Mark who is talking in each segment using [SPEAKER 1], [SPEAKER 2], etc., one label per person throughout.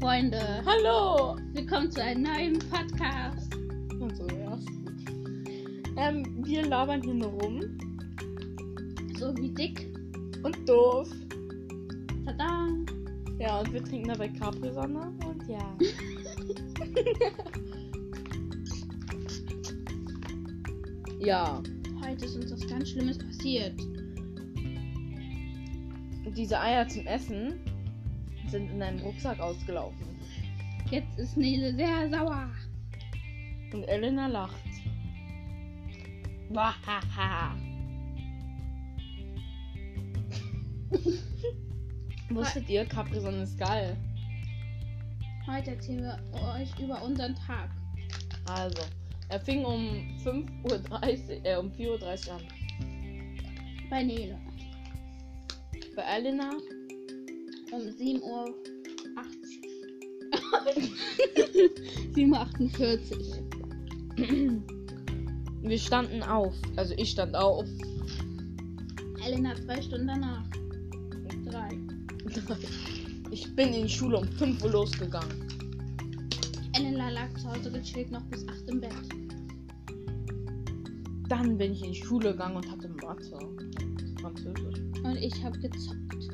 [SPEAKER 1] Freunde,
[SPEAKER 2] Hallo!
[SPEAKER 1] willkommen zu einem neuen Podcast.
[SPEAKER 2] Und so ersten. Ähm, wir labern hier nur rum
[SPEAKER 1] So wie dick.
[SPEAKER 2] und doof.
[SPEAKER 1] Tada!
[SPEAKER 2] Ja, und wir trinken dabei Capri-Sonne und ja. ja,
[SPEAKER 1] Heute ist uns was ganz Schlimmes passiert.
[SPEAKER 2] diese Eier zum Essen sind in einem Rucksack ausgelaufen.
[SPEAKER 1] Jetzt ist Nele sehr sauer.
[SPEAKER 2] Und Elena lacht. Wahaha. Wusstet ihr, Capri-Sonne ist geil.
[SPEAKER 1] Heute erzählen wir euch über unseren Tag.
[SPEAKER 2] Also, er fing um 5.30 Uhr, äh, um 4.30 Uhr an.
[SPEAKER 1] Bei Nele.
[SPEAKER 2] Bei Elena,
[SPEAKER 1] Um 7.80 Uhr. 7.48 Uhr.
[SPEAKER 2] wir standen auf. Also ich stand auf.
[SPEAKER 1] Elena zwei Stunden danach. Drei.
[SPEAKER 2] Ich bin in die Schule um 5 Uhr losgegangen.
[SPEAKER 1] Elena lag zu Hause gechillt noch bis 8 im Bett.
[SPEAKER 2] Dann bin ich in die Schule gegangen und hatte Mathe. Französisch.
[SPEAKER 1] Und ich habe gezockt.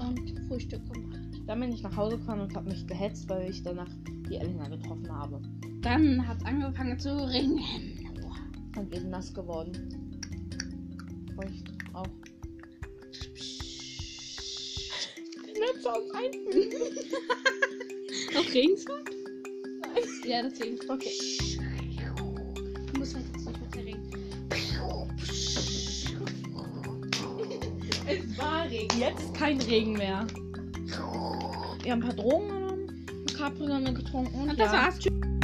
[SPEAKER 1] Und Frühstück gemacht.
[SPEAKER 2] Dann bin ich nach Hause gefahren und habe mich gehetzt, weil ich danach die Elena getroffen habe.
[SPEAKER 1] Dann hat es angefangen zu regnen.
[SPEAKER 2] Und bin nass geworden. Feucht auch. Netze uns einfügen.
[SPEAKER 1] Auf Regenzeit? Ja, deswegen.
[SPEAKER 2] Okay.
[SPEAKER 1] Du musst halt jetzt nicht mit der Regen.
[SPEAKER 2] Es war Regen. Jetzt ist kein Regen mehr. Wir haben ein paar Drogen genommen, Capri-Sonne getrunken und,
[SPEAKER 1] Und das
[SPEAKER 2] ja.
[SPEAKER 1] war's. Tschüss.